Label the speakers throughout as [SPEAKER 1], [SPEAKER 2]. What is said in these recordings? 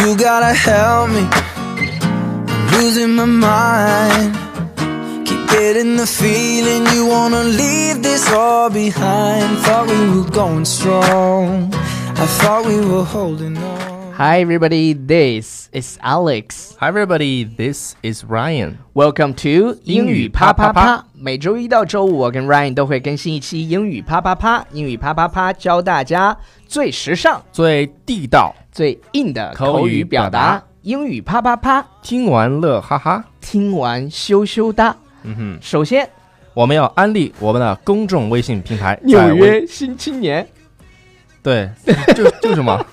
[SPEAKER 1] You gotta help me. I'm losing my mind. Keep getting the feeling you wanna leave this all behind. Thought we were going strong. I thought we were holding on.
[SPEAKER 2] Hi, everybody. This is Alex.
[SPEAKER 3] Hi, everybody. This is Ryan.
[SPEAKER 2] Welcome to 英
[SPEAKER 3] 英
[SPEAKER 2] 语
[SPEAKER 3] 语
[SPEAKER 2] 啪啪
[SPEAKER 3] 啪啪
[SPEAKER 2] 啪
[SPEAKER 3] 啪。
[SPEAKER 2] 每周一到周五，我跟 Ryan 都会更新一期英语啪啪啪。英语啪啪啪教大家最时尚、
[SPEAKER 3] 最地道，
[SPEAKER 2] 最硬的口
[SPEAKER 3] 口
[SPEAKER 2] 语
[SPEAKER 3] 语
[SPEAKER 2] 表
[SPEAKER 3] 表
[SPEAKER 2] 达。
[SPEAKER 3] 达
[SPEAKER 2] 英语啪啪啪，
[SPEAKER 3] 听完乐哈哈。
[SPEAKER 2] 听完羞羞哒。
[SPEAKER 3] 嗯哼，
[SPEAKER 2] 首先，
[SPEAKER 3] 我们要安利我们的公众微信平台，
[SPEAKER 2] 纽
[SPEAKER 3] 在微
[SPEAKER 2] 约新青年，
[SPEAKER 3] 对， 就就 是嘛，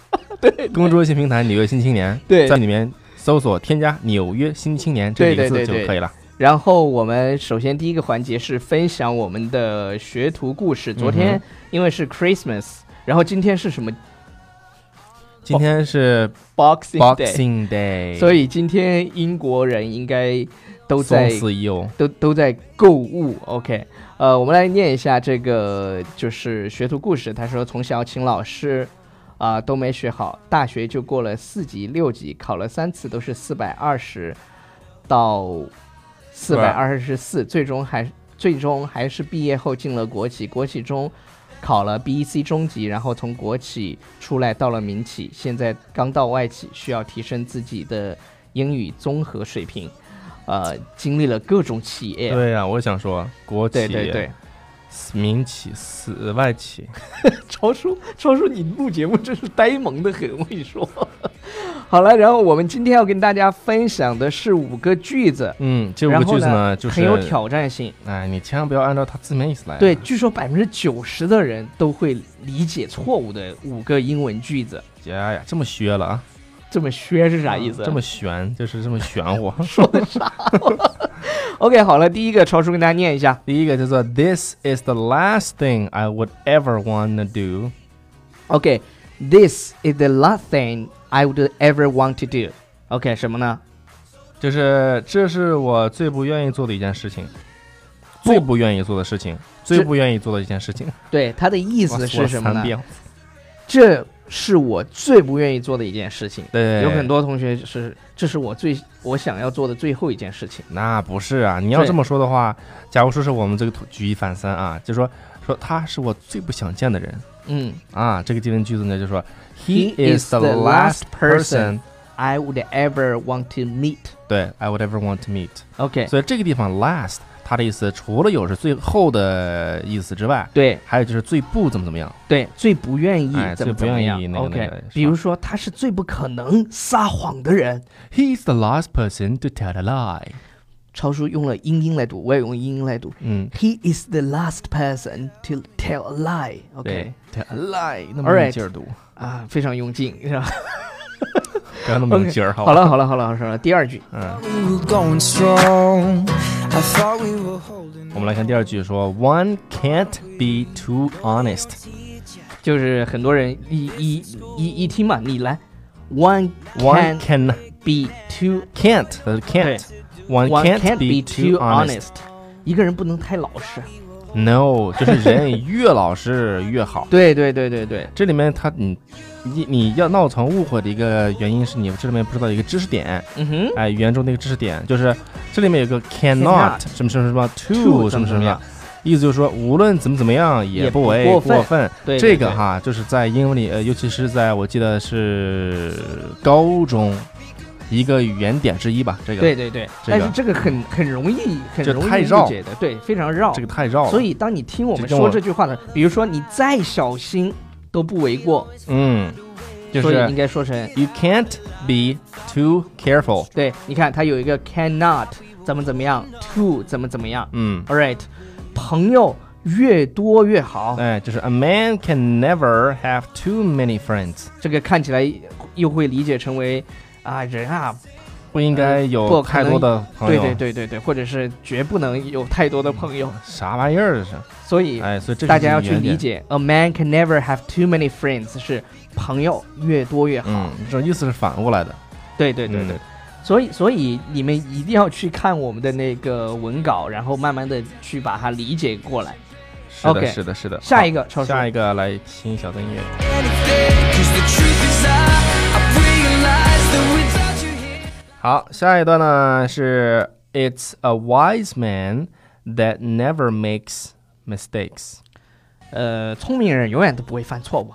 [SPEAKER 3] 对，公众微信平台《纽约新青年》，
[SPEAKER 2] 对
[SPEAKER 3] 在里面搜索添加“纽约新青年”这
[SPEAKER 2] 对
[SPEAKER 3] 几
[SPEAKER 2] 对
[SPEAKER 3] 个字
[SPEAKER 2] 对
[SPEAKER 3] 就
[SPEAKER 2] 对哦
[SPEAKER 3] 可以了。
[SPEAKER 2] 然后我们首先第一个环节是分享我们的学徒故事。昨天因为是 Christmas，、然后今天是什么
[SPEAKER 3] 今天是
[SPEAKER 2] Boxing Day，
[SPEAKER 3] Boxing Day，
[SPEAKER 2] 所以今天英国人应该都在
[SPEAKER 3] 松死一哦，
[SPEAKER 2] 都都在购物。OK，呃，我们来念一下这个就是学徒故事。他说从小请老师。啊、都没学好，大学就过了四级、六级，考了三次都是四百二十到四百二十四，最终还最终还是毕业后进了国企，国企中考了 BEC 中级，然后从国企出来到了民企，现在刚到外企，需要提升自己的英语综合水平。呃，经历了各种企业，
[SPEAKER 3] 对呀、我想说国企、
[SPEAKER 2] 对对对，
[SPEAKER 3] 民企、死外企，
[SPEAKER 2] 超叔，超叔，你录节目真是呆萌的很，我跟你说。 好了，然后我们今天要跟大家分享的是五个句子，
[SPEAKER 3] 嗯，这五
[SPEAKER 2] 然
[SPEAKER 3] 个
[SPEAKER 2] 后
[SPEAKER 3] 句子呢，就是
[SPEAKER 2] 很有挑战性。
[SPEAKER 3] 哎，你千万不要按照它字面意思来啊。
[SPEAKER 2] 对，据说百分之九十的人都会理解错误的五个英文句子。
[SPEAKER 3] 哎呀，这么削了啊！
[SPEAKER 2] 这么削是啥意思？
[SPEAKER 3] 这么悬，就是这么玄 乎。
[SPEAKER 2] OK，好了，第一个超叔跟大家念一下。
[SPEAKER 3] 第一个叫做 This is the last thing I would ever wanna do。
[SPEAKER 2] OK，this、is the last thing I would ever want to do。OK，什么呢？
[SPEAKER 3] 就是这是我最不愿意做的一件事情，最不愿意做的事情，最不愿意做的一件事情。
[SPEAKER 2] 对，它的意
[SPEAKER 3] 哇
[SPEAKER 2] 思
[SPEAKER 3] 说
[SPEAKER 2] 是什
[SPEAKER 3] 了
[SPEAKER 2] 么
[SPEAKER 3] 三
[SPEAKER 2] 呢？
[SPEAKER 3] 遍
[SPEAKER 2] 这是我最不愿意做的一件事情。
[SPEAKER 3] 对，
[SPEAKER 2] 有很。多同学是，这是我最我想要做的最后一件事情。
[SPEAKER 3] 那不是啊，你要
[SPEAKER 2] 对
[SPEAKER 3] 这么说的话，假如说是我们这个图举一反三啊，就说说他是我最不想见的人
[SPEAKER 2] 嗯
[SPEAKER 3] 啊，这个这边句子呢就说
[SPEAKER 2] He is
[SPEAKER 3] is the
[SPEAKER 2] the
[SPEAKER 3] last
[SPEAKER 2] last person，I would ever want to meet。
[SPEAKER 3] 对 I would ever want to meet。
[SPEAKER 2] OK，
[SPEAKER 3] 所以这个地方 last 它的意思除了有是最后的意思之外，
[SPEAKER 2] 对
[SPEAKER 3] 还有就是最不怎么怎么样。
[SPEAKER 2] 对，最不愿意
[SPEAKER 3] 哎
[SPEAKER 2] 怎么
[SPEAKER 3] 最
[SPEAKER 2] 怎
[SPEAKER 3] 不
[SPEAKER 2] 么
[SPEAKER 3] 愿
[SPEAKER 2] 样
[SPEAKER 3] 意那个那
[SPEAKER 2] OK，
[SPEAKER 3] 个是吧
[SPEAKER 2] 比如说他是最不可能撒谎的人。
[SPEAKER 3] He is the last person to tell a lie。
[SPEAKER 2] 超叔用了英音来读，我也用英音来读。
[SPEAKER 3] 嗯
[SPEAKER 2] He is the last person to tell a lie. OK，
[SPEAKER 3] ，tell a lie，那
[SPEAKER 2] All
[SPEAKER 3] 么
[SPEAKER 2] right
[SPEAKER 3] 有劲儿读，
[SPEAKER 2] 啊，非常用劲，是吧？
[SPEAKER 3] 不要那么有劲儿，好
[SPEAKER 2] 好
[SPEAKER 3] 吧？
[SPEAKER 2] 了，好了，好了，好了。第二句，
[SPEAKER 3] 嗯，
[SPEAKER 1] We were going strong. I thought we were holding
[SPEAKER 3] 我们来看第二句，说 One can't be too honest。
[SPEAKER 2] 就是很多人一一一一听嘛，你来，one can
[SPEAKER 3] One can
[SPEAKER 2] be too
[SPEAKER 3] can't 呃 can't。One
[SPEAKER 2] one
[SPEAKER 3] can't
[SPEAKER 2] can't be
[SPEAKER 3] be too
[SPEAKER 2] too
[SPEAKER 3] honest。
[SPEAKER 2] honest，一个人不能太老实。
[SPEAKER 3] No，就是人越老实越好。
[SPEAKER 2] 对对对对对，
[SPEAKER 3] 这里面他你你你要闹成误会的一个原因是你这里面不知道一个知识点，
[SPEAKER 2] 嗯哼，
[SPEAKER 3] 哎，原著那个知识点就是这里面有个
[SPEAKER 2] Cannot
[SPEAKER 3] cannot 什么什么什么
[SPEAKER 2] to
[SPEAKER 3] to 什
[SPEAKER 2] 怎么
[SPEAKER 3] 么什么
[SPEAKER 2] 怎么样
[SPEAKER 3] 样，意思就是说无论怎么怎么样
[SPEAKER 2] 也
[SPEAKER 3] 也
[SPEAKER 2] 不
[SPEAKER 3] 不为
[SPEAKER 2] 过
[SPEAKER 3] 过
[SPEAKER 2] 分
[SPEAKER 3] 分。
[SPEAKER 2] 对
[SPEAKER 3] 这个，哈，就是在英文里，呃，尤其是在我记得是高中一个原点之一吧。这个
[SPEAKER 2] 对对对对，
[SPEAKER 3] 这
[SPEAKER 2] 但
[SPEAKER 3] 个
[SPEAKER 2] 是这个很很容易很
[SPEAKER 3] 这
[SPEAKER 2] 容易
[SPEAKER 3] 太
[SPEAKER 2] 理
[SPEAKER 3] 绕
[SPEAKER 2] 解的，对，非常绕
[SPEAKER 3] 这。个太绕了。
[SPEAKER 2] 所以当你听我们
[SPEAKER 3] 这哦跟
[SPEAKER 2] 说
[SPEAKER 3] 我
[SPEAKER 2] 这句话呢，比如说你再小心都不为过，
[SPEAKER 3] 嗯，就
[SPEAKER 2] 所以应
[SPEAKER 3] 是
[SPEAKER 2] 该说成
[SPEAKER 3] you can't be too careful。
[SPEAKER 2] 对，你看它有一个 cannot 怎么怎么样，to 怎么怎么样。
[SPEAKER 3] 嗯，
[SPEAKER 2] All right，朋友越多越好。
[SPEAKER 3] 哎，就是 a man can never have too many friends，
[SPEAKER 2] 这个看起来又会理解成为啊人啊，
[SPEAKER 3] 不应该
[SPEAKER 2] 呃不
[SPEAKER 3] 有
[SPEAKER 2] 可
[SPEAKER 3] 太
[SPEAKER 2] 能
[SPEAKER 3] 多的朋
[SPEAKER 2] 对
[SPEAKER 3] 友。
[SPEAKER 2] 对对对对，或者是绝不能有太多的朋友。
[SPEAKER 3] 啥玩意儿这是？
[SPEAKER 2] 所以
[SPEAKER 3] 哎，所以这
[SPEAKER 2] 大家要去
[SPEAKER 3] 是原
[SPEAKER 2] 理
[SPEAKER 3] 点。
[SPEAKER 2] 解，a man can never have too many friends 是朋友越多越好。
[SPEAKER 3] 嗯，这意思是反过来的。
[SPEAKER 2] 对对对
[SPEAKER 3] 嗯
[SPEAKER 2] 对，所以所以你们一定要去看我们的那个文稿，然后慢慢的去把它理解过来。
[SPEAKER 3] 是的
[SPEAKER 2] OK
[SPEAKER 3] 是的，是的。
[SPEAKER 2] 下一
[SPEAKER 3] 个，
[SPEAKER 2] 个，超叔，
[SPEAKER 3] 下一个来听小段音乐。
[SPEAKER 1] anything. Cause the truth is I, I realize that
[SPEAKER 3] 好，下一段呢是 It's a wise man that never makes mistakes。
[SPEAKER 2] 呃，聪明人永远都不会犯错误。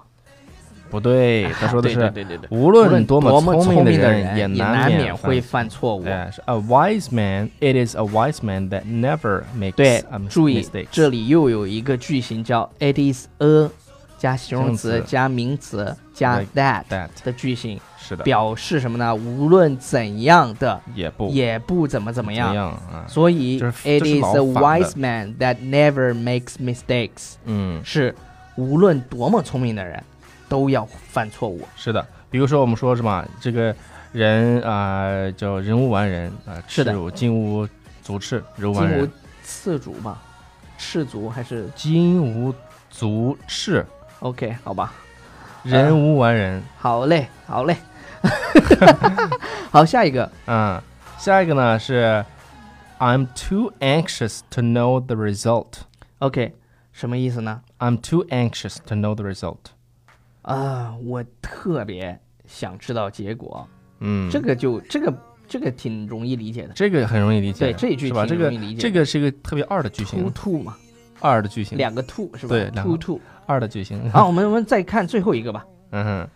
[SPEAKER 3] 不对，他说的
[SPEAKER 2] 对对
[SPEAKER 3] 是
[SPEAKER 2] 对对对，
[SPEAKER 3] 无
[SPEAKER 2] 无
[SPEAKER 3] 论
[SPEAKER 2] 多
[SPEAKER 3] 多么
[SPEAKER 2] 聪
[SPEAKER 3] 明
[SPEAKER 2] 的
[SPEAKER 3] 人，也
[SPEAKER 2] 难
[SPEAKER 3] 免
[SPEAKER 2] 会
[SPEAKER 3] 犯
[SPEAKER 2] 犯错误。
[SPEAKER 3] 哎，是 a wise man. It is a wise man that never makes
[SPEAKER 2] 对
[SPEAKER 3] a，mis-
[SPEAKER 2] 注意
[SPEAKER 3] 啊 mistake.
[SPEAKER 2] 这里又有一个句型叫 it is a 加形容
[SPEAKER 3] 形
[SPEAKER 2] 词
[SPEAKER 3] 容词
[SPEAKER 2] 加名词加
[SPEAKER 3] Like
[SPEAKER 2] that
[SPEAKER 3] that
[SPEAKER 2] 的句型，
[SPEAKER 3] 是的，
[SPEAKER 2] 表示什么呢？无论怎样的
[SPEAKER 3] 也不
[SPEAKER 2] 也不怎么怎么
[SPEAKER 3] 怎
[SPEAKER 2] 样。
[SPEAKER 3] 样啊？
[SPEAKER 2] 所以
[SPEAKER 3] 这是
[SPEAKER 2] ，it
[SPEAKER 3] 这是
[SPEAKER 2] is
[SPEAKER 3] 老
[SPEAKER 2] a
[SPEAKER 3] 反的
[SPEAKER 2] wise man that never makes mistakes，
[SPEAKER 3] 嗯，
[SPEAKER 2] 是无论多么聪明的人都要犯错误。
[SPEAKER 3] 是的。比如说我们说什么，这个人啊、叫人无完人啊，
[SPEAKER 2] 是的
[SPEAKER 3] 赤乳金无足赤，人无完
[SPEAKER 2] 金无
[SPEAKER 3] 人，
[SPEAKER 2] 赤足吧，赤足还是
[SPEAKER 3] 金无足赤，
[SPEAKER 2] OK？好吧，
[SPEAKER 3] 人
[SPEAKER 2] 嗯
[SPEAKER 3] 无完人。
[SPEAKER 2] 好嘞，好嘞。 好，下一个，
[SPEAKER 3] 嗯，下一个呢是 I'm too anxious to know the result.
[SPEAKER 2] OK，什么意思呢？
[SPEAKER 3] I'm too anxious to know the result.
[SPEAKER 2] 啊，我特别想知道结果，
[SPEAKER 3] 嗯，
[SPEAKER 2] 这个就这个这个挺容易理解的，
[SPEAKER 3] 这个很容易理解
[SPEAKER 2] 对
[SPEAKER 3] 的，
[SPEAKER 2] 这一句
[SPEAKER 3] 是吧？这
[SPEAKER 2] 挺
[SPEAKER 3] 个
[SPEAKER 2] 容易理解的
[SPEAKER 3] 这个是一个特别二的句
[SPEAKER 2] 突
[SPEAKER 3] 型，
[SPEAKER 2] 突嘛，
[SPEAKER 3] 二的句型，
[SPEAKER 2] 两个哦突是吧？
[SPEAKER 3] 对两
[SPEAKER 2] 突
[SPEAKER 3] 个
[SPEAKER 2] 突。
[SPEAKER 3] 二的句型。
[SPEAKER 2] 好，我们我们再看最后一个吧。
[SPEAKER 3] 嗯哼，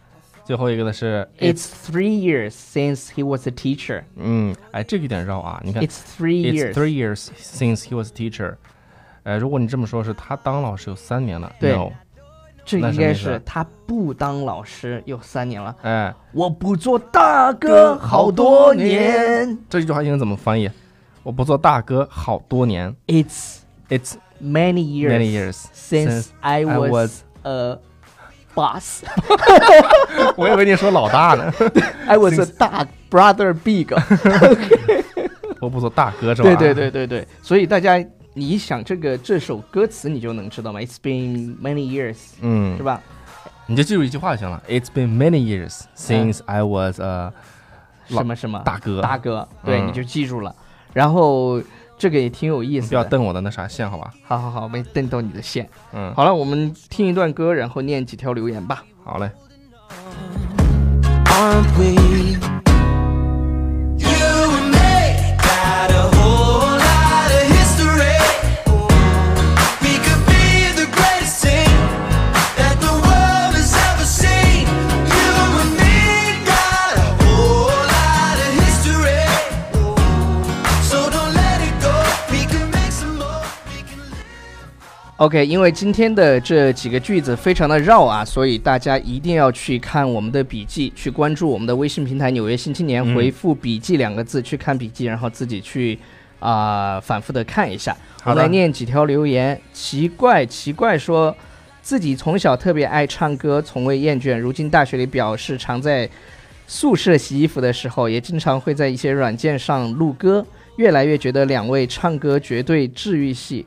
[SPEAKER 3] 最后一个呢是
[SPEAKER 2] It's three years since he was a teacher.
[SPEAKER 3] 嗯，哎，这个有点绕啊，你看
[SPEAKER 2] It's three years.
[SPEAKER 3] it's three years since he was a teacher。呃，如果你这么说，是他当老师有三年了。
[SPEAKER 2] 对
[SPEAKER 3] no，
[SPEAKER 2] 这
[SPEAKER 3] 那
[SPEAKER 2] 应
[SPEAKER 3] 什么
[SPEAKER 2] 该
[SPEAKER 3] 意思啊
[SPEAKER 2] 是他不当老师有三年了。
[SPEAKER 3] 哎，
[SPEAKER 2] 我不做大哥好多年。
[SPEAKER 3] 这句话应该怎么翻译？我不做大哥好多年。
[SPEAKER 2] It's
[SPEAKER 3] It's
[SPEAKER 2] many years,
[SPEAKER 3] Many years
[SPEAKER 2] since,
[SPEAKER 3] since
[SPEAKER 2] I
[SPEAKER 3] I
[SPEAKER 2] was a boss.
[SPEAKER 3] 我以为你说老大呢，
[SPEAKER 2] I was a 大 brother big.
[SPEAKER 3] 我不做大哥是吧？
[SPEAKER 2] 对对对对对，所以大家你想这个这首歌词你就能知道嘛。It's been many years，
[SPEAKER 3] 嗯
[SPEAKER 2] 是，吧？
[SPEAKER 3] 你就记住一句话就行了。It's been many years since I was a 老
[SPEAKER 2] 嗯什么什么
[SPEAKER 3] 大哥
[SPEAKER 2] 大哥，对，
[SPEAKER 3] 嗯
[SPEAKER 2] 你就记住了。然后这个也挺有意思
[SPEAKER 3] 不要
[SPEAKER 2] 的。
[SPEAKER 3] 瞪我的那啥线，好吧？
[SPEAKER 2] 好好好，没瞪到你的线。
[SPEAKER 3] 嗯，
[SPEAKER 2] 好了，我们听一段歌，然后念几条留言吧。
[SPEAKER 3] 好嘞。
[SPEAKER 1] aren't we? You and me got a whole lot of history. We could be the greatest team that the world has ever seen. You and me got a whole lot of history. So don't let it go. We can make some more. We can
[SPEAKER 2] OK，因为今天的这几个句子非常的绕啊，所以大家一定要去看我们的笔记，去关注我们的微信平台《纽约新青年》，
[SPEAKER 3] 嗯
[SPEAKER 2] 回复“笔记”两个字去看笔记，然后自己去啊、反复的看一下。我
[SPEAKER 3] 好
[SPEAKER 2] 们
[SPEAKER 3] 的
[SPEAKER 2] 来念几条留言。奇怪，奇怪说，自己从小特别爱唱歌，从未厌倦。如今大学里表示，常在宿舍洗衣服的时候，也经常会在一些软件上录歌。越来越觉得两位唱歌绝对治愈系。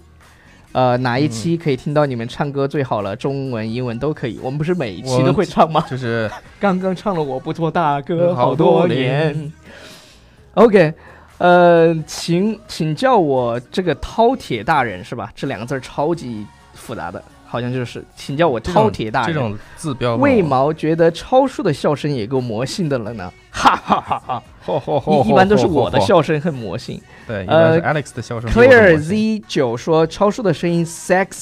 [SPEAKER 2] 呃，哪一
[SPEAKER 3] 嗯
[SPEAKER 2] 期可以听到你们唱歌最好了？中文、英文都可以。我们不是每一期
[SPEAKER 3] 我
[SPEAKER 2] 都会唱吗？
[SPEAKER 3] 就是
[SPEAKER 2] 刚刚唱了《我不做大哥》
[SPEAKER 3] 嗯好
[SPEAKER 2] 好多
[SPEAKER 3] 多
[SPEAKER 2] 年。OK，呃，请请叫我这个饕餮大人是吧？这两个字儿超级复杂的，好像就是请叫我
[SPEAKER 3] 这
[SPEAKER 2] 饕
[SPEAKER 3] 种
[SPEAKER 2] 餮大人。
[SPEAKER 3] 这种字标
[SPEAKER 2] 为？毛觉得超叔的笑声也够魔性的了呢？哈哈哈哈！
[SPEAKER 3] 吼吼 吼！
[SPEAKER 2] 一一般都是我的
[SPEAKER 3] 吼，吼
[SPEAKER 2] 笑声很魔性。
[SPEAKER 3] 吼对，一般
[SPEAKER 2] 呃
[SPEAKER 3] 是 Alex 的笑声比我的魔
[SPEAKER 2] Clear
[SPEAKER 3] 性。
[SPEAKER 2] Z 九说超叔的声音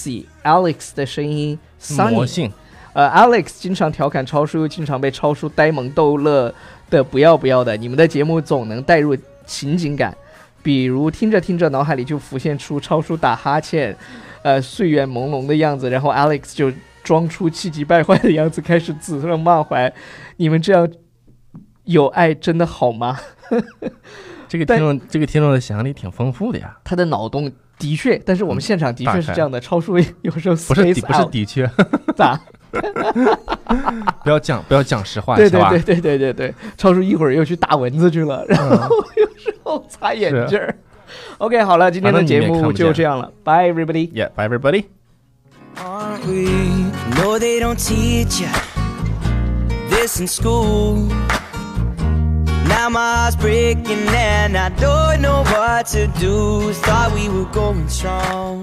[SPEAKER 2] sexy，Alex 的声音
[SPEAKER 3] 魔
[SPEAKER 2] sunny。
[SPEAKER 3] 性，
[SPEAKER 2] 呃，Alex 经常调侃超叔，又经常被超叔呆萌逗乐的不要不要的。你们的节目总能带入情景感，比如听着听着，脑海里就浮现出超叔打哈欠，呃，岁月朦胧的样子，然后 Alex 就装出气急败坏的样子，开始指桑骂槐。你们这样有爱真的好吗？
[SPEAKER 3] 这个
[SPEAKER 2] 但
[SPEAKER 3] 听众这个听众的想象力挺丰富的呀，
[SPEAKER 2] 他的脑洞的确，但是我们现场的确是这样的，超叔有时候
[SPEAKER 3] 嗯 不是
[SPEAKER 2] space
[SPEAKER 3] 的不是
[SPEAKER 2] out
[SPEAKER 3] 的确，
[SPEAKER 2] 咋？
[SPEAKER 3] 不要讲不要讲实话，
[SPEAKER 2] 对
[SPEAKER 3] 是
[SPEAKER 2] 对
[SPEAKER 3] 吧？
[SPEAKER 2] 对对对对对，超叔一会儿又去打蚊子去了，然后有时候擦眼镜儿。OK，好了，今天的
[SPEAKER 3] 反正你
[SPEAKER 2] 节
[SPEAKER 3] 们也看
[SPEAKER 2] 目
[SPEAKER 3] 不
[SPEAKER 2] 就
[SPEAKER 3] 见
[SPEAKER 2] 这样了，Bye everybody。
[SPEAKER 3] Yeah，bye everybody.
[SPEAKER 1] aren't we? No, they don't teach you this in school. Now my heart's breaking and I don't know what to do. Thought we were going strong.